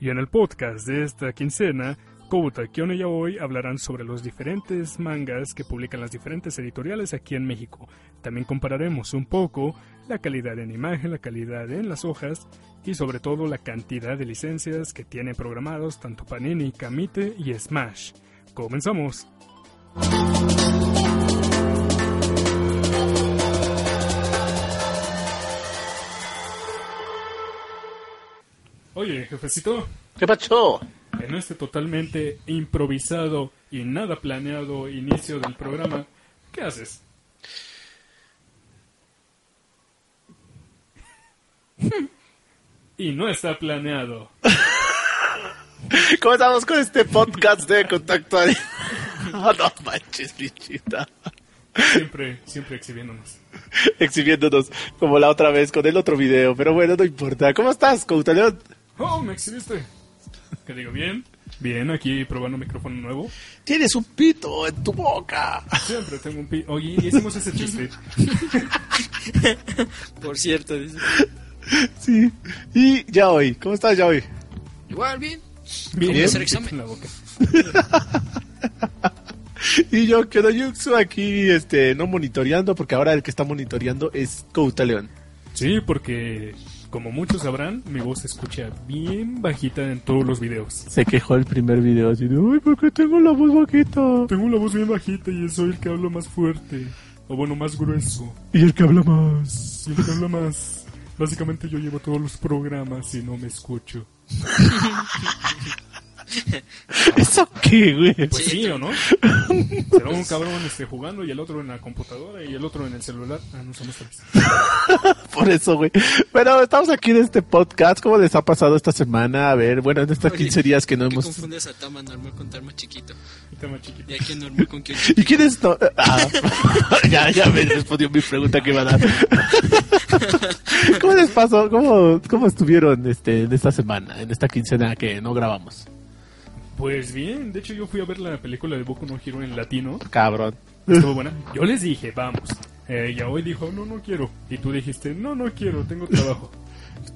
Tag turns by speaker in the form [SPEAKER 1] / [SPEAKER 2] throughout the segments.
[SPEAKER 1] Y en el podcast de esta quincena, Kobuta, Kiono y Yaoi hablarán sobre los diferentes mangas que publican las diferentes editoriales aquí en México. También compararemos un poco la calidad en imagen, la calidad en las hojas y sobre todo la cantidad de licencias que tienen programados tanto Panini, Kamite y Smash. ¡Comenzamos! Oye, jefecito,
[SPEAKER 2] ¿Qué pasó?
[SPEAKER 1] en este totalmente improvisado y nada planeado inicio del programa, ¿qué haces? y no está planeado.
[SPEAKER 2] Comenzamos con este podcast de contacto anime. no manches, bichita.
[SPEAKER 1] Siempre, siempre exhibiéndonos.
[SPEAKER 2] Exhibiéndonos como la otra vez con el otro video, pero bueno, no importa. ¿Cómo estás, Coutaleón?
[SPEAKER 1] ¡Oh, me exhibiste! ¿Qué digo? ¿Bien? Bien, aquí probando micrófono nuevo.
[SPEAKER 2] Tienes un pito en tu boca.
[SPEAKER 1] Siempre tengo un pi... Oye, y hicimos ese chiste.
[SPEAKER 3] Por cierto, dice.
[SPEAKER 2] Sí. Y ya hoy, ¿cómo estás ya hoy?
[SPEAKER 3] Igual, bien.
[SPEAKER 1] Bien,
[SPEAKER 3] Bien.
[SPEAKER 1] con un chiste en la boca.
[SPEAKER 2] Y yo quedo Yuxu aquí, este, no monitoreando, porque ahora el que está monitoreando es Coutaleón.
[SPEAKER 1] Sí, porque como muchos sabrán, mi voz se escucha bien bajita en todos los videos.
[SPEAKER 2] Se quejó el primer video así de, uy, ¿por qué tengo la voz bajita?
[SPEAKER 1] Tengo la voz bien bajita y soy el que hablo más fuerte. O bueno, más grueso.
[SPEAKER 2] Y el que habla más.
[SPEAKER 1] Y el que habla más. Básicamente yo llevo todos los programas y no me escucho.
[SPEAKER 2] ¿Eso qué, güey?
[SPEAKER 1] Pues sí, ¿o no? Será un cabrón este, jugando y el otro en la computadora y el otro en el celular. Ah, no somos tres.
[SPEAKER 2] Por eso, güey. Bueno, estamos aquí en este podcast. ¿Cómo les ha pasado esta semana? A ver, bueno, en estas 15 días que no
[SPEAKER 3] ¿Qué
[SPEAKER 2] hemos...
[SPEAKER 3] confundes a Tama normal con Tama chiquito?
[SPEAKER 1] Está más chiquito.
[SPEAKER 3] Y aquí normal con Kyoshi.
[SPEAKER 2] ¿Y quién es? no- Ah, ya, ya me respondió mi pregunta que iba a dar. ¿Cómo les pasó? ¿Cómo, cómo estuvieron este, en esta semana, en esta quincena que no grabamos?
[SPEAKER 1] Pues bien, de hecho yo fui a ver la película de Boku no Hero en latino.
[SPEAKER 2] Cabrón.
[SPEAKER 1] Estuvo buena. Yo les dije, vamos. Eh, y hoy dijo, no, no quiero. Y tú dijiste, no, no quiero, tengo trabajo.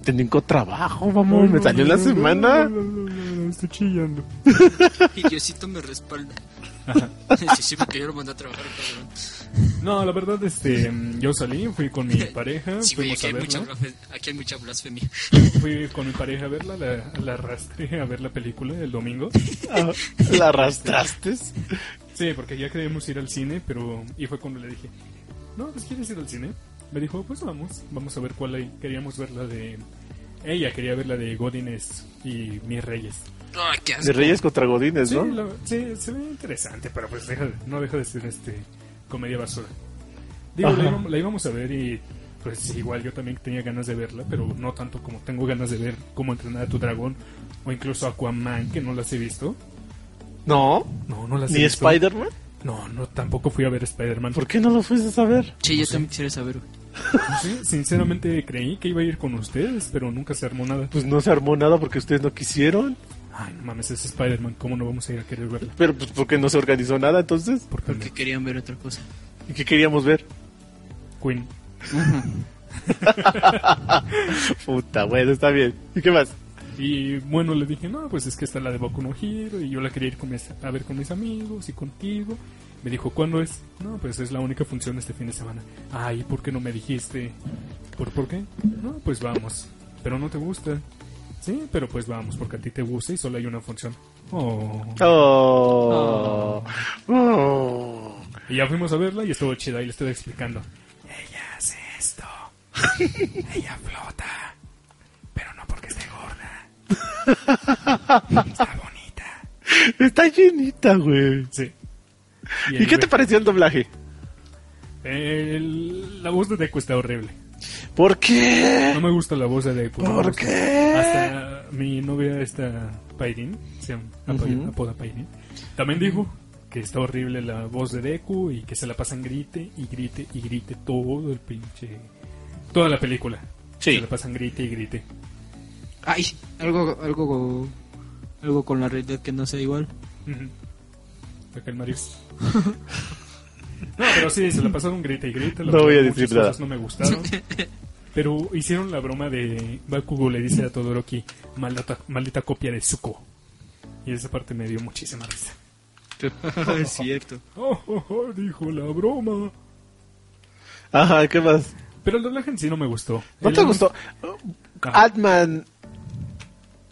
[SPEAKER 2] Tengo trabajo, vamos. Me salió en la semana.
[SPEAKER 1] Estoy chillando.
[SPEAKER 3] Y Diosito me respalda. Sí, sí, porque yo lo mandé a trabajar, cabrón.
[SPEAKER 1] Ah, No, la verdad, este, mm, yo salí, fui con mi pareja,
[SPEAKER 3] Sí, güey,
[SPEAKER 1] fuimos
[SPEAKER 3] aquí
[SPEAKER 1] a
[SPEAKER 3] hay, mucha,
[SPEAKER 1] verla.
[SPEAKER 3] blasfe- aquí hay mucha blasfemia.
[SPEAKER 1] Fui con mi pareja a verla, la, la arrastré a ver la película el domingo.
[SPEAKER 2] Ah, ¿La arrastraste?
[SPEAKER 1] Sí, porque ya queríamos ir al cine, pero, y fue cuando le dije, no, pues quieres ir al cine. Me dijo, pues vamos, vamos a ver cuál hay. Queríamos ver la de, ella quería ver la de Godines y Mis Reyes.
[SPEAKER 3] Ay, Ah, qué asco.
[SPEAKER 2] De Reyes contra Godines,
[SPEAKER 1] Sí,
[SPEAKER 2] ¿no?
[SPEAKER 1] la- sí, se ve interesante, pero pues deja de- no deja de ser este comedia basura. Digo, la
[SPEAKER 2] Ajá.
[SPEAKER 1] íbamos, la íbamos a ver y pues igual yo también tenía ganas de verla, pero no tanto como tengo ganas de ver cómo entrenar a tu dragón o incluso Aquaman, que no las he visto.
[SPEAKER 2] No.
[SPEAKER 1] No, no las he
[SPEAKER 2] ¿Ni
[SPEAKER 1] visto.
[SPEAKER 2] Spider-Man?
[SPEAKER 1] No, no, tampoco fui a ver Spider-Man.
[SPEAKER 2] ¿Por qué no lo fuiste a saber?
[SPEAKER 3] Sí, yo también quisiera saber, güey.
[SPEAKER 1] pues, Sí, sinceramente creí que iba a ir con ustedes, pero nunca se armó nada.
[SPEAKER 2] Pues no se armó nada porque ustedes no quisieron.
[SPEAKER 1] Ay, no mames, es Spider-Man, ¿cómo no vamos a ir a querer verla?
[SPEAKER 2] Pero pues porque no se organizó nada entonces.
[SPEAKER 1] Porque
[SPEAKER 3] Porque querían ver otra cosa.
[SPEAKER 2] ¿Y qué queríamos ver?
[SPEAKER 1] Queen.
[SPEAKER 2] Puta, bueno, está bien. ¿Y qué más?
[SPEAKER 1] Y bueno, le dije, no, pues es que está la de Boku no Hero y yo la quería ir con mis- a ver con mis amigos y contigo. Me dijo, ¿cuándo es? No, pues es la única función este fin de semana. Ay, ¿por qué no me dijiste? ¿Por, ¿Por qué? No, pues vamos. Pero no te gusta. Sí, pero pues vamos, porque a ti te gusta y solo hay una función. Oh.
[SPEAKER 2] Oh. Oh.
[SPEAKER 1] Y ya fuimos a verla y estuvo chida y le estoy explicando. Ella hace esto. Ella flota. Pero no porque esté gorda. Está bonita.
[SPEAKER 2] Está llenita, güey.
[SPEAKER 1] Sí.
[SPEAKER 2] ¿Y qué te pareció el doblaje?
[SPEAKER 1] El- la voz de Deku está horrible.
[SPEAKER 2] ¿Por qué?
[SPEAKER 1] No me gusta la voz de Deadpool. no me
[SPEAKER 2] ¿Por
[SPEAKER 1] gusta.
[SPEAKER 2] qué?
[SPEAKER 1] Hasta mi novia, esta Pairin, se apoda,
[SPEAKER 2] Ujú.
[SPEAKER 1] apoda Pairin, también dijo que está horrible la voz de Deku y que se la pasan grite y grite y grite todo el pinche. toda la película.
[SPEAKER 2] Sí.
[SPEAKER 1] Se la pasan grite y grite.
[SPEAKER 3] Ay, algo, algo, algo con la realidad que no sea igual.
[SPEAKER 1] Ujú. Saca el Marius. No, pero sí, se la pasaron grite y grite. la
[SPEAKER 2] No voy a
[SPEAKER 1] verdad,
[SPEAKER 2] decir
[SPEAKER 1] muchas
[SPEAKER 2] nada.
[SPEAKER 1] cosas No me gustaron. Pero hicieron la broma de Bakugo le dice a Todoroki, maldita, maldita copia de Zuko. Y esa parte me dio muchísima risa.
[SPEAKER 3] es cierto.
[SPEAKER 1] Oh, oh, oh, dijo la broma.
[SPEAKER 2] Ajá, ¿qué más?
[SPEAKER 1] Pero el doblaje en sí no me gustó.
[SPEAKER 2] ¿No
[SPEAKER 1] El-
[SPEAKER 2] te gustó?
[SPEAKER 1] Ah,
[SPEAKER 2] Atman.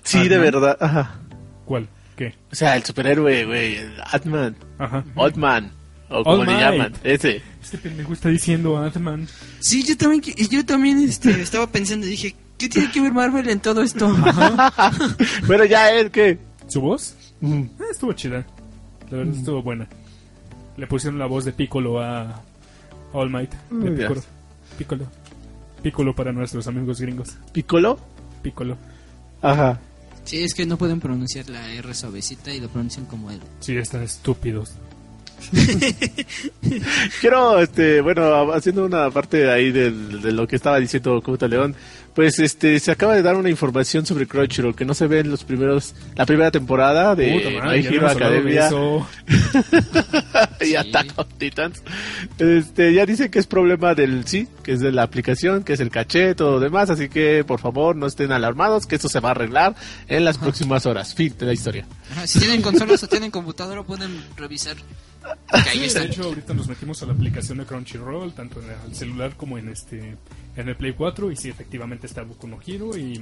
[SPEAKER 2] Sí, de
[SPEAKER 1] Ant-Man.
[SPEAKER 2] verdad. Ajá.
[SPEAKER 1] ¿Cuál? ¿Qué?
[SPEAKER 2] O sea, el superhéroe, güey. el Atman.
[SPEAKER 1] Ajá.
[SPEAKER 2] Oldman. O como
[SPEAKER 1] Old
[SPEAKER 2] le
[SPEAKER 1] Might.
[SPEAKER 2] llaman. Ese.
[SPEAKER 1] Este pendejo está diciendo Ant-Man.
[SPEAKER 3] Sí, yo también, que- yo también este, estaba pensando, dije, ¿qué tiene que ver Marvel en todo esto?
[SPEAKER 2] Pero ya él, ¿qué?
[SPEAKER 1] ¿Su voz?
[SPEAKER 2] Mm.
[SPEAKER 1] Ah, estuvo chida. La verdad estuvo buena. Le pusieron la voz de Piccolo a All Might. De
[SPEAKER 2] Mm, ya.
[SPEAKER 1] Piccolo. Piccolo. Piccolo para nuestros amigos gringos.
[SPEAKER 2] ¿Piccolo?
[SPEAKER 1] Piccolo.
[SPEAKER 2] Ajá.
[SPEAKER 3] Sí, es que no pueden pronunciar la R suavecita y lo pronuncian como él.
[SPEAKER 1] Sí, están estúpidos.
[SPEAKER 2] Quiero, este, bueno, haciendo una parte ahí del- de, lo que estaba diciendo Cota León, pues este, se acaba de dar una información sobre Crunchyroll que no se ve en los primeros, la primera temporada de
[SPEAKER 1] Puta
[SPEAKER 2] My
[SPEAKER 1] madre, ya
[SPEAKER 2] Hero
[SPEAKER 1] hemos hablado de
[SPEAKER 2] Academia
[SPEAKER 1] eso.
[SPEAKER 2] y Attack on Titans. Este, ya dicen que es problema del sí, que es de la aplicación, que es el caché, todo lo demás, así que por favor no estén alarmados, que esto se va a arreglar en las próximas horas. Fin de la historia.
[SPEAKER 3] Ajá, si tienen consolas o tienen computadora, pueden revisar. Que ahí está.
[SPEAKER 1] De hecho, ahorita nos metimos a la aplicación de Crunchyroll, tanto en el celular como en este en el Play 4. Y sí, efectivamente está Boku no Hero y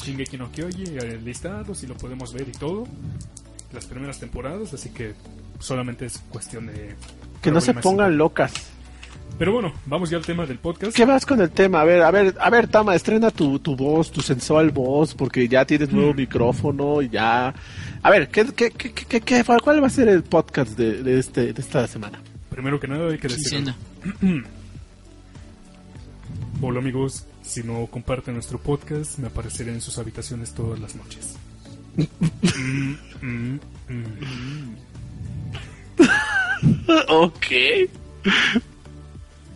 [SPEAKER 1] Shingeki no Kyoji eh, listados y lo podemos ver y todo. Las primeras temporadas, así que solamente es cuestión de.
[SPEAKER 2] Que no se
[SPEAKER 1] problemas.
[SPEAKER 2] pongan locas.
[SPEAKER 1] Pero bueno, vamos ya al tema del podcast.
[SPEAKER 2] ¿Qué vas con el tema? A ver, a ver, a ver, Tama, estrena tu, tu voz, tu sensual voz, porque ya tienes
[SPEAKER 4] Mm.
[SPEAKER 2] nuevo micrófono y ya. A ver, ¿qué, qué, qué, qué, qué- qué- ¿cuál va a ser el podcast de, de este, de esta semana?
[SPEAKER 1] Primero que nada, hay que decir.
[SPEAKER 3] Quincena.
[SPEAKER 1] Hola amigos, si no comparten nuestro podcast, me apareceré en sus habitaciones todas las noches. Mm, mm, mm.
[SPEAKER 2] ok.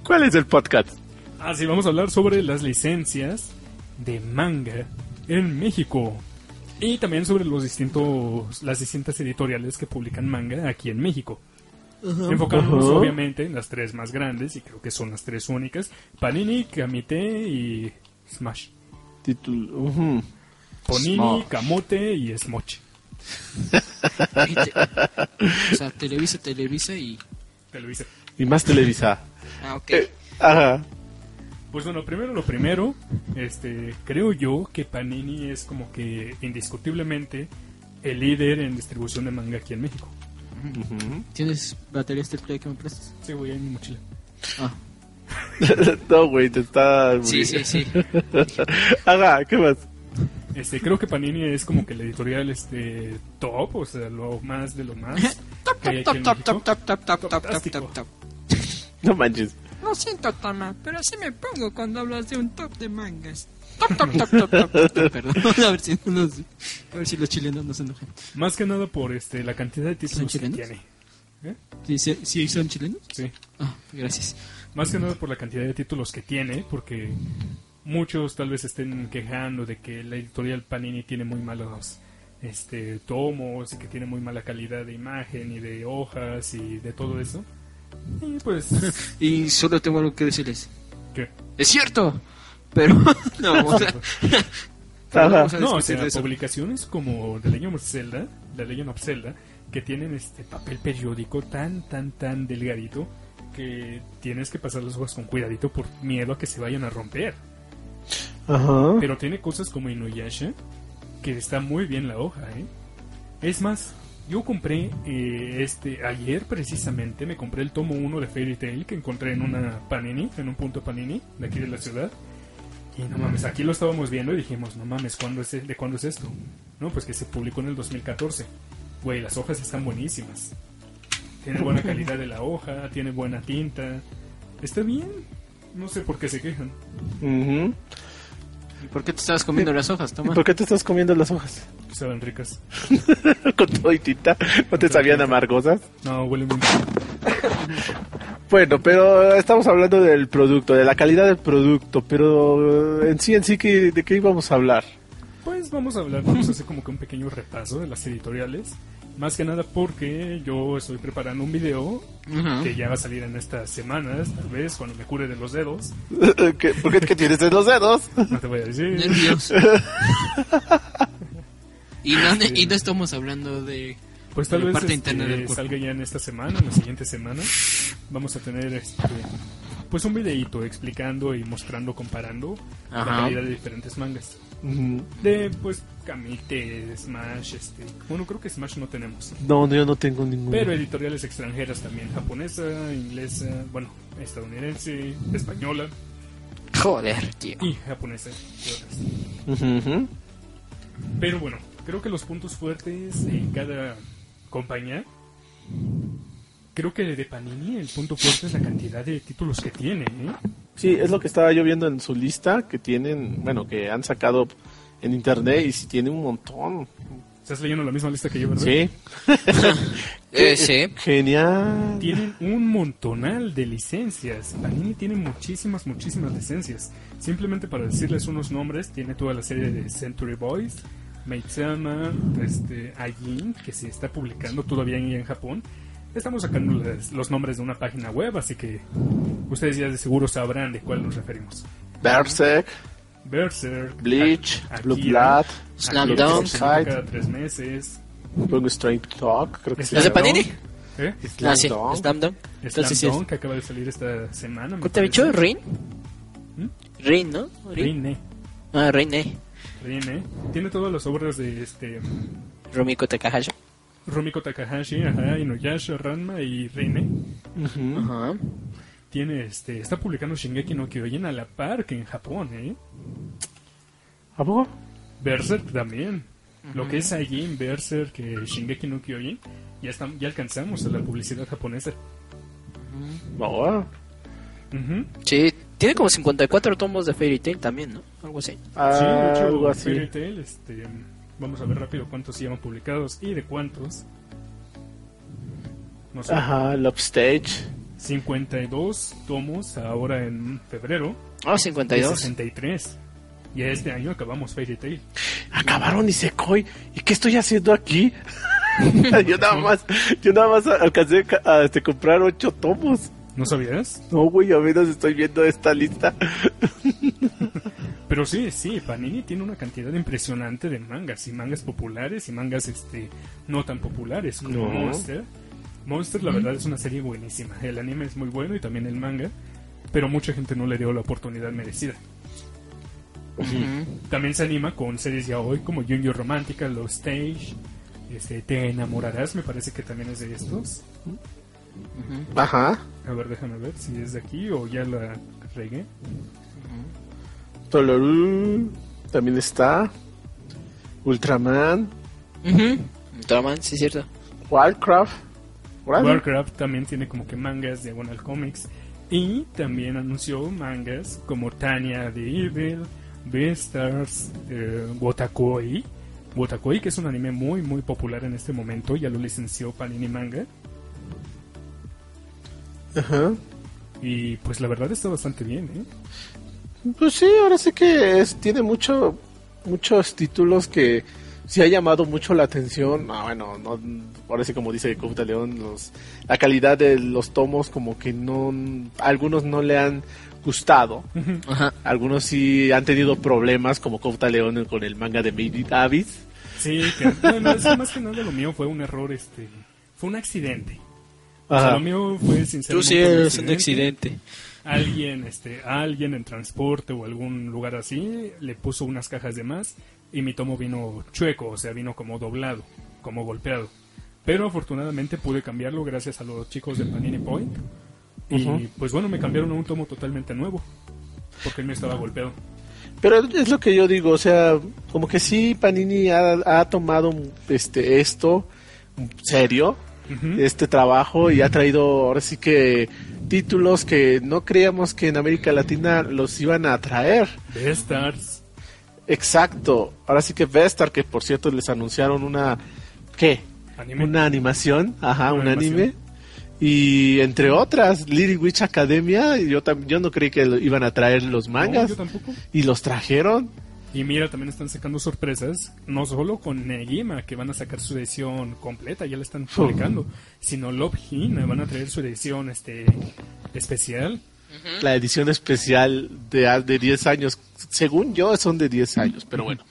[SPEAKER 2] ¿Cuál es el podcast?
[SPEAKER 1] Ah, sí, vamos a hablar sobre las licencias de manga en México. Y también sobre los distintos, las distintas editoriales que publican manga aquí en México. Enfocándonos
[SPEAKER 2] Ujú.
[SPEAKER 1] obviamente en las tres más grandes, y creo que son las tres únicas, Panini, Kamite y Smash.
[SPEAKER 2] Título. ujú.
[SPEAKER 1] Panini,
[SPEAKER 2] Smoch.
[SPEAKER 1] Camote y Smoch.
[SPEAKER 3] Y te- o sea, Televisa, Televisa y...
[SPEAKER 1] Televisa.
[SPEAKER 2] Y más Televisa.
[SPEAKER 3] Ah, ok.
[SPEAKER 2] Eh, ajá.
[SPEAKER 1] Pues bueno, primero lo primero, este, creo yo que Panini es como que indiscutiblemente el líder en distribución de manga aquí en México.
[SPEAKER 2] Ujú.
[SPEAKER 3] ¿Tienes baterías del play que me prestas?
[SPEAKER 1] Sí, voy en mi mochila.
[SPEAKER 3] Ah,
[SPEAKER 2] no, güey, te está.
[SPEAKER 3] sí, sí, sí.
[SPEAKER 2] Ajá, ¿qué más?
[SPEAKER 1] Este, creo que Panini es como que la editorial este top, o sea, lo más de lo más.
[SPEAKER 5] Top,
[SPEAKER 1] que hay
[SPEAKER 5] top,
[SPEAKER 1] aquí en
[SPEAKER 5] top,
[SPEAKER 1] México.
[SPEAKER 5] top, top, top, top, top, top,
[SPEAKER 1] Toptástico.
[SPEAKER 5] top, top.
[SPEAKER 2] No manches.
[SPEAKER 5] Lo siento, Tama, pero así me pongo cuando hablas de un top de mangas. Top, top, top, top, top.
[SPEAKER 3] Ah, Perdón, a ver si no nos- a ver si los chilenos no se enojan.
[SPEAKER 1] Más que nada por este la cantidad de
[SPEAKER 3] ¿Son
[SPEAKER 1] títulos que
[SPEAKER 3] chilenos?
[SPEAKER 1] tiene.
[SPEAKER 3] ¿Sí, sí, sí son chilenos?
[SPEAKER 1] Sí.
[SPEAKER 3] Ah, gracias.
[SPEAKER 1] Más que nada por la cantidad de títulos que tiene, porque muchos tal vez estén quejando de que la editorial Panini tiene muy malos este, tomos y que tiene muy mala calidad de imagen y de hojas y de todo eso. Y pues,
[SPEAKER 3] Y solo tengo algo que decirles.
[SPEAKER 1] ¿qué?
[SPEAKER 3] Es cierto, pero no vamos a, pero no vamos a
[SPEAKER 1] No, o
[SPEAKER 3] discutir
[SPEAKER 1] sea,
[SPEAKER 3] de eso.
[SPEAKER 1] publicaciones como The Legend of Zelda, The Legend of Zelda, que tienen este papel periódico tan, tan, tan delgadito que tienes que pasar las hojas con cuidadito por miedo a que se vayan a romper.
[SPEAKER 2] Ajá.
[SPEAKER 1] Pero tiene cosas como Inuyasha, que está muy bien la hoja, ¿eh? Es más, yo compré eh, este ayer precisamente, me compré el tomo 1 de Fairy Tail que encontré en una panini, en un punto panini de aquí de la ciudad. Y no mames, aquí lo estábamos viendo y dijimos, no mames, ¿cuándo es, e-, ¿de cuándo es esto? No, pues que se publicó en el 2014. Güey, las hojas están buenísimas. Tiene buena calidad de la hoja, tiene buena tinta. Está bien. No sé por qué se quejan.
[SPEAKER 2] Ujú.
[SPEAKER 4] ¿Por qué te estabas comiendo las hojas? Toma.
[SPEAKER 2] ¿Por qué te estás comiendo las hojas?
[SPEAKER 1] Saben ricas.
[SPEAKER 2] Con todo y tinta. ¿No te sabían amargosas?
[SPEAKER 1] No, huelen bien.
[SPEAKER 2] Bueno, pero estamos hablando del producto, de la calidad del producto, pero eh, en sí, en sí, ¿qué- ¿de qué íbamos a hablar?
[SPEAKER 1] Pues vamos a hablar, vamos a hacer como que un pequeño repaso de las editoriales. Más que nada porque yo estoy preparando un video que ya va a salir en estas semanas, tal vez, cuando me cure de los dedos.
[SPEAKER 2] Eh, ¿Qué- ¿Por qué es que tienes en los dedos?
[SPEAKER 1] No te voy a decir.
[SPEAKER 3] Nervios. y, no, y no estamos hablando de.
[SPEAKER 1] Pues tal
[SPEAKER 3] La
[SPEAKER 1] vez
[SPEAKER 3] parte
[SPEAKER 1] este,
[SPEAKER 3] interna del cuerpo.
[SPEAKER 1] salga ya en esta semana, en la siguiente semana. Vamos a tener este, pues un videíto explicando y mostrando, comparando la
[SPEAKER 4] Ajá.
[SPEAKER 1] calidad de diferentes mangas.
[SPEAKER 2] Mm,
[SPEAKER 1] De pues Kamite, Smash, este. Bueno, creo que Smash no tenemos.
[SPEAKER 2] No, yo no tengo ninguno.
[SPEAKER 1] Pero editoriales extranjeras también, japonesa, inglesa, bueno, estadounidense, española
[SPEAKER 4] Joder, tío.
[SPEAKER 1] y japonesa. y otras.
[SPEAKER 2] Ujú, ujú.
[SPEAKER 1] Pero bueno, creo que los puntos fuertes en cada compañía. Creo que de Panini el punto fuerte es la cantidad de títulos que tiene. ¿eh?
[SPEAKER 2] Sí, es lo que estaba yo viendo en su lista que tienen, bueno, que han sacado en internet y sí tiene un montón.
[SPEAKER 1] Estás leyendo la misma lista que yo, ¿verdad?
[SPEAKER 2] Sí,
[SPEAKER 4] Eh, sí.
[SPEAKER 2] genial.
[SPEAKER 1] Tienen un montonal de licencias. Panini tiene muchísimas, muchísimas licencias. Simplemente para decirles unos nombres, tiene toda la serie de Century Boys, Maitsama, este, Ajin, que se está publicando todavía en, en Japón. Estamos sacando las- los nombres de una página web, así que ustedes ya de seguro sabrán de cuál nos referimos.
[SPEAKER 2] Berserk,
[SPEAKER 1] Berserk,
[SPEAKER 2] Bleach,
[SPEAKER 1] Ak-
[SPEAKER 2] Blue
[SPEAKER 1] Akira,
[SPEAKER 2] Blood,
[SPEAKER 4] Slam
[SPEAKER 1] Akira,
[SPEAKER 4] Dunk.
[SPEAKER 1] que se saca cada tres meses.
[SPEAKER 2] Long Strange Talk, creo que
[SPEAKER 1] Es
[SPEAKER 2] se
[SPEAKER 4] ¿Las de
[SPEAKER 1] Slam
[SPEAKER 4] Panini?
[SPEAKER 1] Dunk, ¿eh?
[SPEAKER 2] llama.
[SPEAKER 4] Ah, sí.
[SPEAKER 2] Slam Dunk.
[SPEAKER 4] Slam Dunk. Entonces sí
[SPEAKER 1] Slam
[SPEAKER 4] es.
[SPEAKER 1] Dunk, que acaba de salir esta semana. me
[SPEAKER 4] ¿Cuánto había dicho?
[SPEAKER 1] parece.
[SPEAKER 4] ¿Rin?
[SPEAKER 1] ¿Mm?
[SPEAKER 4] ¿Rin, no? ¿Rin?
[SPEAKER 1] Rin, eh.
[SPEAKER 4] Ah, Rin, eh.
[SPEAKER 1] Rine. Tiene todas las obras de este
[SPEAKER 4] Rumiko Takahashi.
[SPEAKER 1] Rumiko Takahashi, ajá, Inuyasha, Ranma y Rine.
[SPEAKER 2] Ujú.
[SPEAKER 4] Ajá.
[SPEAKER 1] Tiene este, está publicando Shingeki no Kyojin a la par que en Japón, ¿eh?
[SPEAKER 2] ¿A poco?
[SPEAKER 1] Berserk también. Lo que es allí en Berserk, que Shingeki no Kyojin, ya, estamos, ya alcanzamos a la publicidad japonesa. ¿eh?
[SPEAKER 2] No.
[SPEAKER 1] Ujú.
[SPEAKER 4] Sí. Tiene como 54 tomos de Fairy Tail también, ¿no? Algo así.
[SPEAKER 1] Sí, de
[SPEAKER 2] Ah,
[SPEAKER 1] hecho,
[SPEAKER 2] algo así.
[SPEAKER 1] Fairy Tail, este, vamos a ver rápido cuántos llevan publicados y de cuántos. No sé,
[SPEAKER 2] Ajá, Love Stage.
[SPEAKER 1] 52 tomos ahora en febrero.
[SPEAKER 4] Ah,
[SPEAKER 1] de
[SPEAKER 4] 52.
[SPEAKER 1] 63. Y este año acabamos Fairy Tail.
[SPEAKER 2] Acabaron y Sekoi. ¿Y qué estoy haciendo aquí? yo nada más, yo nada más alcancé ca- a este, comprar ocho tomos.
[SPEAKER 1] ¿No sabías?
[SPEAKER 2] No, güey, apenas estoy viendo esta lista.
[SPEAKER 1] Pero sí, sí, Panini tiene una cantidad impresionante de mangas. Y mangas populares y mangas este no tan populares como
[SPEAKER 2] No.
[SPEAKER 1] Monster. Monster, la verdad, es una serie buenísima. El anime es muy bueno y también el manga. Pero mucha gente no le dio la oportunidad merecida. También se anima con series ya hoy como Junior Romántica, Los Stage. Este, te enamorarás, me parece que también es de estos.
[SPEAKER 2] Ajá.
[SPEAKER 1] A ver, déjame ver si es de aquí o ya la regué.
[SPEAKER 2] Tolorú. También está. Ultraman.
[SPEAKER 4] Ujú. Ultraman, sí, cierto.
[SPEAKER 2] Wildcraft. Wild-
[SPEAKER 1] Warcraft también tiene como que mangas diagonal comics y también anunció mangas como Tanya the Evil, Beastars, eh, Wotakoi. Wotakoi que es un anime muy muy popular en este momento, ya lo licenció Panini Manga
[SPEAKER 2] Ajá.
[SPEAKER 1] y pues la verdad está bastante bien, ¿eh?
[SPEAKER 2] Pues sí, ahora sí que es- tiene mucho, muchos títulos que sí ha llamado mucho la atención. Ah, bueno, no, ahora sí como dice Copta León, los, la calidad de los tomos como que no, algunos no le han gustado.
[SPEAKER 4] Ajá.
[SPEAKER 2] Algunos sí han tenido problemas como Copta León con el manga de Made Abyss.
[SPEAKER 1] Sí, que, no, no, es que más que nada lo mío fue un error, este, fue un accidente. O sea, lo mío fue sinceramente
[SPEAKER 4] Tú sí eres un accidente.
[SPEAKER 1] alguien, este, a alguien en transporte o algún lugar así, le puso unas cajas de más y mi tomo vino chueco, o sea, vino como doblado, como golpeado. Pero afortunadamente pude cambiarlo gracias a los chicos de Panini Point. Y
[SPEAKER 2] Ujú.
[SPEAKER 1] pues bueno, me cambiaron a un tomo totalmente nuevo. Porque él me
[SPEAKER 2] Ah.
[SPEAKER 1] estaba golpeado.
[SPEAKER 2] Pero es lo que yo digo, o sea, como que sí Panini ha, ha tomado este esto serio,
[SPEAKER 1] Ujú.
[SPEAKER 2] este trabajo y ha traído ahora sí que títulos que no creíamos que en América Latina los iban a traer.
[SPEAKER 1] The Stars.
[SPEAKER 2] Exacto. Ahora sí que Vestar, que por cierto les anunciaron una. ¿Qué?
[SPEAKER 1] Anime.
[SPEAKER 2] Una animación, ajá,
[SPEAKER 1] Una
[SPEAKER 2] un anime.
[SPEAKER 1] animación.
[SPEAKER 2] Y entre otras, Little Witch Academia, yo, tam- yo no creí que lo- iban a traer los
[SPEAKER 1] No,
[SPEAKER 2] mangas.
[SPEAKER 1] yo tampoco.
[SPEAKER 2] y los trajeron.
[SPEAKER 1] Y mira, también están sacando sorpresas, no solo con Negima, que van a sacar su edición completa, ya la están publicando, sino Love Hina, van a traer su edición este especial.
[SPEAKER 2] La edición especial de, ah, de 10 años. Según yo, son de 10 años, pero bueno.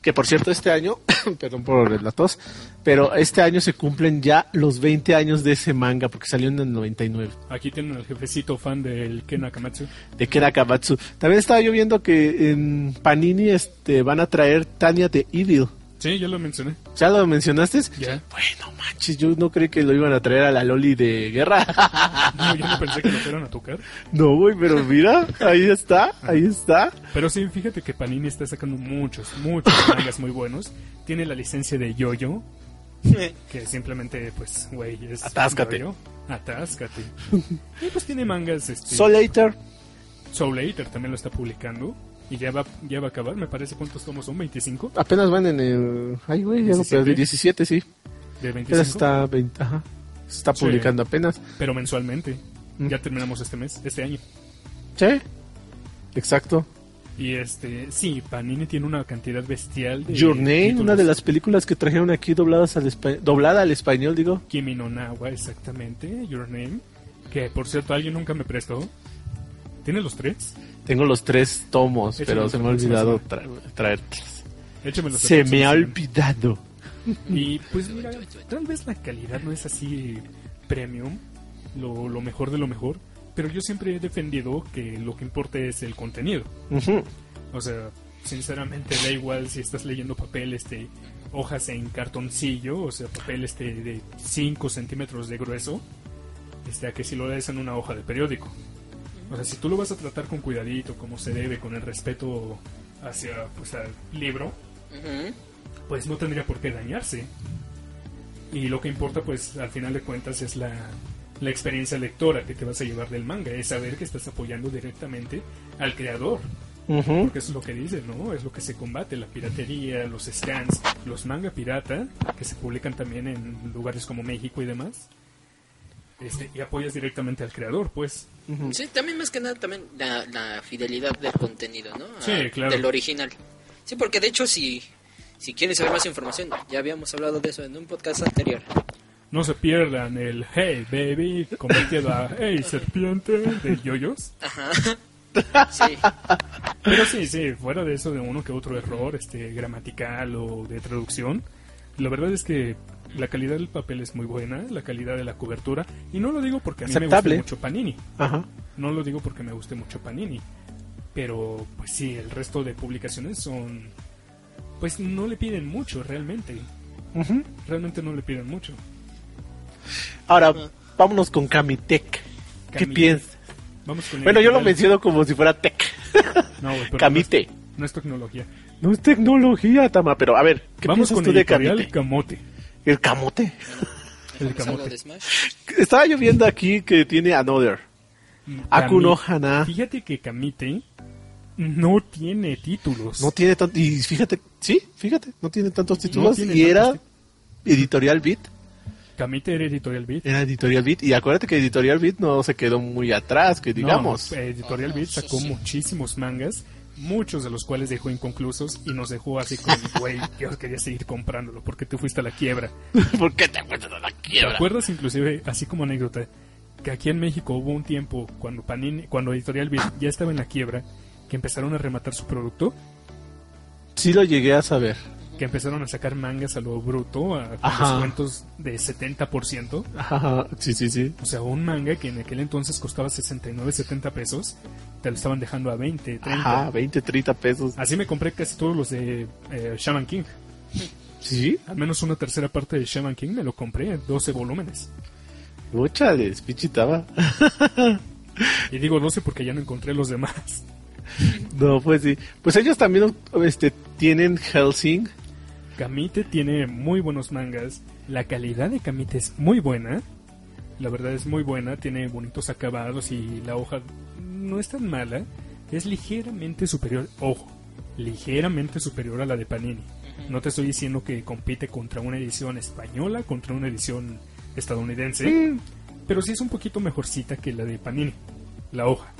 [SPEAKER 2] Que por cierto, este año, perdón por la tos, pero este año se cumplen ya los 20 años de ese manga, porque salió en el 99.
[SPEAKER 1] Aquí tienen al jefecito fan del Ken Akamatsu.
[SPEAKER 2] de Ken Kamatsu. También estaba yo viendo que en Panini este, van a traer Tania de Evil.
[SPEAKER 1] Sí, ya lo mencioné.
[SPEAKER 2] ¿Ya lo mencionaste?
[SPEAKER 1] Ya.
[SPEAKER 2] Bueno, manches, yo no creí que lo iban a traer a la Loli de guerra.
[SPEAKER 1] No, yo no pensé que lo fueran a tocar.
[SPEAKER 2] no, güey, pero mira, ahí está, ahí está.
[SPEAKER 1] Pero sí, fíjate que Panini está sacando muchos, muchos mangas muy buenos. Tiene la licencia de Yo-Yo, que simplemente, pues, güey, es.
[SPEAKER 2] Atáscate.
[SPEAKER 1] Yo-Yo. Atáscate. Y pues tiene mangas. Este,
[SPEAKER 2] Soul Eater,
[SPEAKER 1] Soul Eater también lo está publicando. Y ya va, ya va a acabar, me parece. ¿Cuántos tomos son? ¿25?
[SPEAKER 2] apenas van en el... Ay, güey, ya lo
[SPEAKER 1] ¿Diecisiete?
[SPEAKER 2] perdí, 17, sí.
[SPEAKER 1] De 25.
[SPEAKER 2] Apenas está, 20, ajá. Se está
[SPEAKER 1] Sí.
[SPEAKER 2] publicando apenas.
[SPEAKER 1] Pero mensualmente.
[SPEAKER 2] Mm.
[SPEAKER 1] Ya terminamos este mes, este año.
[SPEAKER 2] Sí, exacto.
[SPEAKER 1] Y este, sí, Panini tiene una cantidad bestial de.
[SPEAKER 2] Your Name,
[SPEAKER 1] títulos.
[SPEAKER 2] una de las películas que trajeron aquí dobladas al espa- doblada al español, digo.
[SPEAKER 1] Kimi no Nawa, exactamente. Your Name. Que por cierto, alguien nunca me prestó. ¿Tiene los tres?
[SPEAKER 2] Tengo los tres tomos,
[SPEAKER 1] Échamelos
[SPEAKER 2] pero se me ha
[SPEAKER 1] la próxima
[SPEAKER 2] olvidado
[SPEAKER 1] semana.
[SPEAKER 2] tra- traerlos.
[SPEAKER 1] Échamelos la
[SPEAKER 2] Se
[SPEAKER 1] próxima
[SPEAKER 2] me ha
[SPEAKER 1] semana.
[SPEAKER 2] olvidado.
[SPEAKER 1] Y pues mira, tal vez la calidad no es así premium, lo, lo mejor de lo mejor, pero yo siempre he defendido que lo que importa es el contenido.
[SPEAKER 2] Ujú.
[SPEAKER 1] O sea, sinceramente da igual si estás leyendo papel, este, hojas en cartoncillo, o sea, papel este de 5 centímetros de grueso, este, a que si lo lees en una hoja de periódico. O sea, si tú lo vas a tratar con cuidadito, como se debe, con el respeto hacia, pues, al libro,
[SPEAKER 4] Ujú.
[SPEAKER 1] pues no tendría por qué dañarse. Y lo que importa, pues al final de cuentas, es la, la experiencia lectora que te vas a llevar del manga, es saber que estás apoyando directamente al creador,
[SPEAKER 2] Ujú.
[SPEAKER 1] porque eso es lo que dice, ¿no? Es lo que se combate, la piratería, los scans, los manga pirata, que se publican también en lugares como México y demás. Este, y apoyas directamente al creador, pues.
[SPEAKER 4] Sí, también más que nada también la, la fidelidad del contenido, ¿no?
[SPEAKER 1] Sí,
[SPEAKER 4] A-
[SPEAKER 1] claro.
[SPEAKER 4] Del original. Sí, porque de hecho si, si quieres saber más información, ya habíamos hablado de eso en un podcast anterior.
[SPEAKER 1] No se pierdan el Hey Baby convertido a Hey Serpiente de Yoyos.
[SPEAKER 4] Ajá. Sí.
[SPEAKER 1] Pero sí, sí, fuera de eso, de uno que otro error, este, gramatical o de traducción, la verdad es que la calidad del papel es muy buena, la calidad de la cobertura, y no lo digo porque a mí
[SPEAKER 2] Aceptable.
[SPEAKER 1] me guste mucho Panini,
[SPEAKER 2] Ajá.
[SPEAKER 1] no lo digo porque me guste mucho Panini, pero pues sí, el resto de publicaciones son, pues no le piden mucho realmente,
[SPEAKER 2] Ujú.
[SPEAKER 1] realmente no le piden mucho.
[SPEAKER 2] Ahora, vámonos con Camitec. ¿Qué
[SPEAKER 1] Camitec.
[SPEAKER 2] piensas?
[SPEAKER 1] Vamos con el
[SPEAKER 2] Bueno, yo lo
[SPEAKER 1] editorial.
[SPEAKER 2] menciono como si fuera tech.
[SPEAKER 1] No, güey, pero
[SPEAKER 2] Camite.
[SPEAKER 1] No es, no es tecnología.
[SPEAKER 2] No es tecnología, Tama, pero a ver, ¿qué
[SPEAKER 1] Vamos
[SPEAKER 2] piensas
[SPEAKER 1] con
[SPEAKER 2] tú
[SPEAKER 1] el
[SPEAKER 2] de
[SPEAKER 1] editorial
[SPEAKER 2] Camitec?
[SPEAKER 1] Camote.
[SPEAKER 2] El camote.
[SPEAKER 1] El
[SPEAKER 4] Vamos a hablar
[SPEAKER 1] Camote.
[SPEAKER 4] de Smash.
[SPEAKER 2] Estaba yo viendo aquí que tiene Another. Akuno
[SPEAKER 1] Kami-
[SPEAKER 2] Hana.
[SPEAKER 1] Fíjate que Kamite no tiene títulos.
[SPEAKER 2] No tiene tanto. Y fíjate, sí, fíjate, no tiene tantos títulos.
[SPEAKER 1] tiene
[SPEAKER 2] y era
[SPEAKER 1] tantos
[SPEAKER 2] Editorial Beat.
[SPEAKER 1] Kamite era Editorial Beat.
[SPEAKER 2] Era Editorial Beat. Y acuérdate que Editorial Beat no se quedó muy atrás, que digamos.
[SPEAKER 1] No, eh,
[SPEAKER 2] Ah,
[SPEAKER 1] Editorial Beat sacó muchísimos mangas, muchos de los cuales dejó inconclusos y nos dejó así con, güey, yo quería seguir comprándolo porque tú fuiste a la quiebra.
[SPEAKER 2] ¿Por qué te acuerdas de la
[SPEAKER 1] ¿Te
[SPEAKER 2] quiebra?
[SPEAKER 1] acuerdas inclusive, así como anécdota, que aquí en México hubo un tiempo cuando Panini, cuando Editorial Beat ya estaba en la quiebra, que empezaron a rematar su producto,
[SPEAKER 2] Sí lo llegué a saber.
[SPEAKER 1] que empezaron a sacar mangas a lo bruto, a con
[SPEAKER 2] Ajá.
[SPEAKER 1] descuentos de 70%.
[SPEAKER 2] Ajá, sí, sí, sí.
[SPEAKER 1] O sea, un manga que en aquel entonces costaba 69, 70 pesos, te lo estaban dejando a 20, 30.
[SPEAKER 2] Ajá, 20, 30 pesos.
[SPEAKER 1] Así me compré casi todos los de eh, Shaman King.
[SPEAKER 2] Sí,
[SPEAKER 1] Al menos una tercera parte de Shaman King me lo compré, 12 volúmenes.
[SPEAKER 2] muchales, pichitaba.
[SPEAKER 1] Y digo 12 porque ya no encontré los demás.
[SPEAKER 2] No, pues sí. Pues ellos también este, tienen Helsing.
[SPEAKER 1] Kamite tiene muy buenos mangas, la calidad de Kamite es muy buena, La verdad es muy buena, tiene bonitos acabados y la hoja no es tan mala. Es ligeramente superior, ojo, ligeramente superior a la de Panini. No te estoy diciendo que compite contra una edición española, contra una edición estadounidense, pero sí es un poquito mejorcita que la de Panini, la hoja.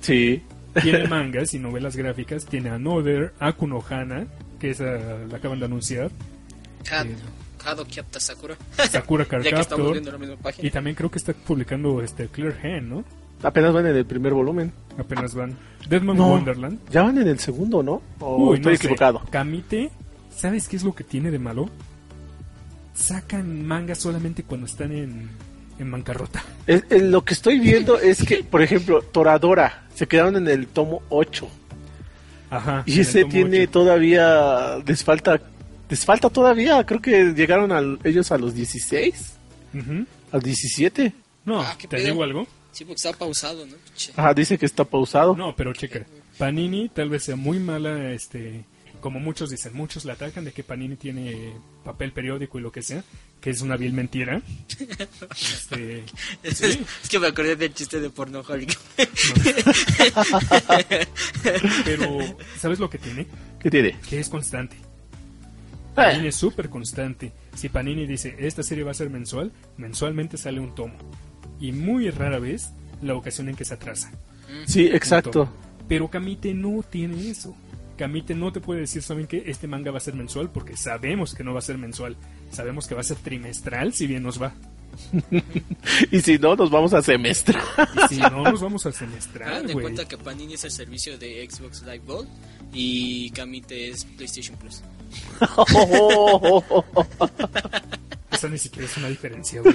[SPEAKER 2] Sí.
[SPEAKER 1] Tiene mangas y novelas gráficas, tiene Another, Akuno Hana, que esa la acaban de anunciar,
[SPEAKER 4] Had,
[SPEAKER 1] Sí.
[SPEAKER 4] Hado Kiapta Sakura.
[SPEAKER 1] Sakura Card
[SPEAKER 4] Ya que estamos
[SPEAKER 1] Captor,
[SPEAKER 4] viendo la misma
[SPEAKER 1] y
[SPEAKER 4] página.
[SPEAKER 1] también creo que está publicando este Claire Hand, ¿no?
[SPEAKER 2] Apenas van en el primer volumen.
[SPEAKER 1] Apenas van. Deadman
[SPEAKER 2] No.
[SPEAKER 1] Wonderland.
[SPEAKER 2] Ya van en el segundo, ¿no? O
[SPEAKER 1] Uy,
[SPEAKER 2] estoy
[SPEAKER 1] no sé.
[SPEAKER 2] equivocado.
[SPEAKER 1] Kamite, ¿sabes qué es lo que tiene de malo? Sacan manga solamente cuando están en, en bancarrota.
[SPEAKER 2] Es- es- lo que estoy viendo es que, por ejemplo, Toradora se quedaron en el tomo 8.
[SPEAKER 1] Ajá. en
[SPEAKER 2] Y
[SPEAKER 1] el
[SPEAKER 2] ese
[SPEAKER 1] tomo
[SPEAKER 2] tiene
[SPEAKER 1] ocho.
[SPEAKER 2] todavía. Les falta. Les falta todavía. Creo que llegaron al- ellos a los 16.
[SPEAKER 1] Ujú.
[SPEAKER 2] Al 17.
[SPEAKER 1] No,
[SPEAKER 4] Ah, ¿qué
[SPEAKER 1] te
[SPEAKER 4] pedo?
[SPEAKER 1] digo algo.
[SPEAKER 4] Sí, porque está pausado, ¿no? Che.
[SPEAKER 1] Ah,
[SPEAKER 2] Ajá, dice que está pausado.
[SPEAKER 1] No, pero checa. Panini tal vez sea muy mala, este, como muchos dicen, muchos la atacan de que Panini tiene papel periódico y lo que sea, que es una vil mentira. Este,
[SPEAKER 4] Es,
[SPEAKER 1] sí,
[SPEAKER 4] es que me acordé del chiste de Pornoholic.
[SPEAKER 1] pero ¿sabes lo que tiene?
[SPEAKER 2] ¿Qué tiene?
[SPEAKER 1] Que es constante. Panini
[SPEAKER 2] Eh,
[SPEAKER 1] es súper constante. Si Panini dice, esta serie va a ser mensual, mensualmente sale un tomo. Y muy rara vez la ocasión en que se atrasa.
[SPEAKER 2] sí, exacto.
[SPEAKER 1] Pero Kamite no tiene eso. Kamite no te puede decir, ¿saben qué? Este manga va a ser mensual porque sabemos que no va a ser mensual. Sabemos que va a ser trimestral si bien nos va.
[SPEAKER 2] Y si no, nos vamos a semestre.
[SPEAKER 1] Y si no, nos vamos al
[SPEAKER 4] Hagan
[SPEAKER 1] semestral,
[SPEAKER 4] de
[SPEAKER 1] güey.
[SPEAKER 4] cuenta que Panini es el servicio de Xbox Live Gold y Kamite es PlayStation Plus.
[SPEAKER 1] Oh, Esa ni siquiera es una diferencia, güey.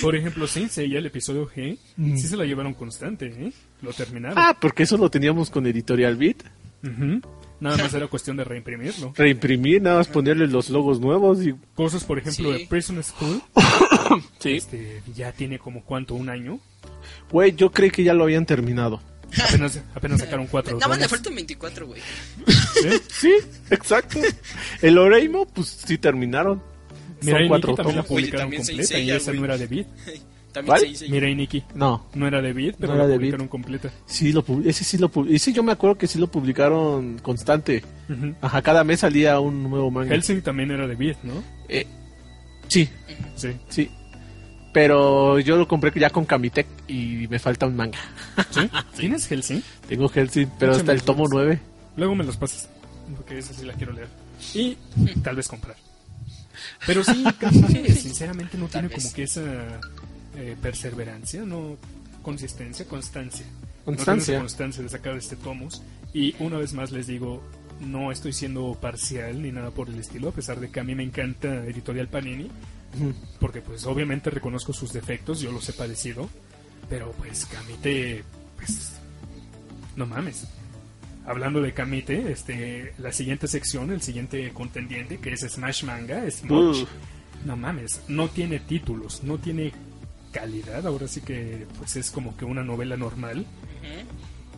[SPEAKER 1] Por ejemplo, Saint Seiya, el episodio G, sí se la llevaron constante, ¿eh? Lo terminaron.
[SPEAKER 2] Mm. ah, porque eso lo teníamos con Editorial Beat.
[SPEAKER 1] Ujú. Nada más era cuestión de reimprimirlo.
[SPEAKER 2] Reimprimir, nada más ponerle los logos nuevos y.
[SPEAKER 1] Cosas, por ejemplo,
[SPEAKER 4] Sí.
[SPEAKER 1] de Prison School,
[SPEAKER 2] Sí.
[SPEAKER 1] este, ya tiene como cuánto, un año.
[SPEAKER 2] Güey, yo creí que ya lo habían terminado.
[SPEAKER 1] Apenas, apenas sacaron cuatro.
[SPEAKER 4] Nada más le
[SPEAKER 1] tomos.
[SPEAKER 4] faltan 24, güey.
[SPEAKER 1] ¿Sí?
[SPEAKER 2] Sí, exacto. El Oreimo, pues sí terminaron.
[SPEAKER 1] Mira,
[SPEAKER 2] Son
[SPEAKER 1] y
[SPEAKER 2] cuatro
[SPEAKER 1] Nikki también la
[SPEAKER 2] tomos.
[SPEAKER 4] Oye,
[SPEAKER 1] publicaron
[SPEAKER 4] también se
[SPEAKER 1] completa y
[SPEAKER 4] enseña,
[SPEAKER 1] esa
[SPEAKER 4] güey.
[SPEAKER 1] no era de Beat.
[SPEAKER 4] También
[SPEAKER 2] ¿Cuál?
[SPEAKER 4] se dice.
[SPEAKER 1] Mira, y Nikki,
[SPEAKER 2] No,
[SPEAKER 1] no era de Beat, pero
[SPEAKER 2] No era
[SPEAKER 1] la
[SPEAKER 2] de
[SPEAKER 1] publicaron completa.
[SPEAKER 2] sí, lo pub- ese sí lo pub- Ese yo me acuerdo que sí lo publicaron constante.
[SPEAKER 1] Ujú.
[SPEAKER 2] Ajá, cada mes salía un nuevo manga.
[SPEAKER 1] Helsing también era de Beat, ¿no?
[SPEAKER 2] Eh, sí,
[SPEAKER 1] Sí.
[SPEAKER 2] sí. Pero yo lo compré ya con Camitec y me falta un manga.
[SPEAKER 1] ¿Sí? ¿Tienes Helsing?
[SPEAKER 2] Tengo Helsing, pero hasta el tomo 9.
[SPEAKER 1] Luego me los pasas, porque esa sí la quiero leer. Y tal vez comprar. Pero sí, Kamite, sinceramente no tiene
[SPEAKER 4] vez.
[SPEAKER 1] como que esa eh, perseverancia, no consistencia, constancia. No tiene esa
[SPEAKER 2] Constancia.
[SPEAKER 1] constancia de sacar este tomos. Y una vez más les digo, no estoy siendo parcial ni nada por el estilo, a pesar de que a mí me encanta Editorial Panini,
[SPEAKER 2] Ujú.
[SPEAKER 1] porque pues obviamente reconozco sus defectos, yo los he padecido, pero pues Kamite, pues no mames. Hablando de Kamite, este, la siguiente sección, el siguiente contendiente que es Smash Manga, es
[SPEAKER 2] Uh,
[SPEAKER 1] no mames, no tiene títulos, no tiene calidad, ahora sí que pues es como que una novela normal,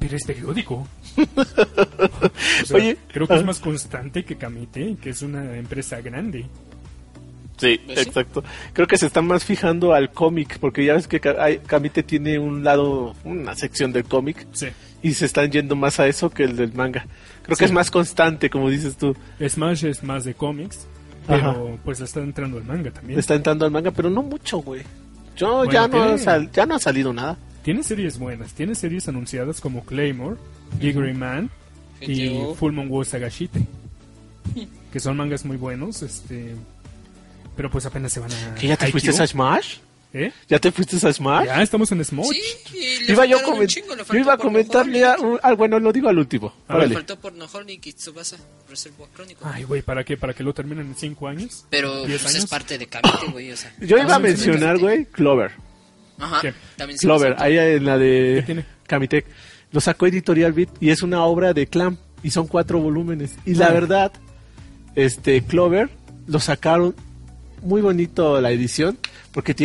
[SPEAKER 1] pero es periódico. O sea,
[SPEAKER 2] Oye. Ah.
[SPEAKER 1] creo que es más constante que Kamite, que es una empresa grande.
[SPEAKER 2] sí,
[SPEAKER 4] Pues sí.
[SPEAKER 2] exacto. Creo que se están más fijando al cómic, porque ya ves que Ca- hay- Camite tiene un lado, una sección del cómic,
[SPEAKER 1] Sí.
[SPEAKER 2] y se están yendo más a eso que el del manga. Creo
[SPEAKER 1] Sí.
[SPEAKER 2] que es más constante, como dices tú.
[SPEAKER 1] Smash es más de cómics,
[SPEAKER 2] Ajá.
[SPEAKER 1] pero pues está entrando el manga también.
[SPEAKER 2] Le está entrando al manga, pero no mucho, güey. Yo
[SPEAKER 1] Bueno,
[SPEAKER 2] ya, no
[SPEAKER 1] tiene-
[SPEAKER 2] ha sal- ya no ha salido nada.
[SPEAKER 1] Tiene series buenas, tiene series anunciadas como Claymore, Jiggery Man y
[SPEAKER 4] GTO.
[SPEAKER 1] Full Moon Wo Sagashite, que son mangas muy buenos, este pero pues apenas se van a
[SPEAKER 2] ¿Que ya te
[SPEAKER 1] Haikyuu,
[SPEAKER 2] fuiste ¿Ah? a Smash?
[SPEAKER 1] ¿eh?
[SPEAKER 2] ¿Ya te fuiste a Smash?
[SPEAKER 1] Ya estamos en Smosh.
[SPEAKER 4] Sí, y le
[SPEAKER 2] Iba yo, a
[SPEAKER 4] faltaron un
[SPEAKER 2] comen-
[SPEAKER 4] chingo, le
[SPEAKER 2] yo
[SPEAKER 4] faltó
[SPEAKER 2] iba a
[SPEAKER 4] Pornoholic.
[SPEAKER 2] comentarle a... un- ah, bueno, lo digo al último.
[SPEAKER 1] Ah,
[SPEAKER 4] Le
[SPEAKER 2] Órale.
[SPEAKER 4] faltó Pornoholic y Tsubasa, Reservoir Chronicle.
[SPEAKER 1] Ay, güey, ¿para qué? ¿Para que lo terminen en 5 años?
[SPEAKER 4] Pero
[SPEAKER 1] ¿Diez
[SPEAKER 4] pues, es
[SPEAKER 1] años?
[SPEAKER 4] parte de Kamite, güey. O sea,
[SPEAKER 2] Yo iba a
[SPEAKER 4] Estamos en
[SPEAKER 2] mencionar,
[SPEAKER 4] Kamite.
[SPEAKER 2] güey, Clover.
[SPEAKER 4] Ajá,
[SPEAKER 1] ¿Qué?
[SPEAKER 4] también se
[SPEAKER 2] Clover,
[SPEAKER 4] usa.
[SPEAKER 2] ahí en la
[SPEAKER 1] ¿Qué tiene?
[SPEAKER 2] de Camitec. Lo sacó Editorial Beat y es una obra de Clam y son cuatro volúmenes. Y la
[SPEAKER 1] Ah.
[SPEAKER 2] verdad, este Clover lo sacaron muy bonito la edición porque tiene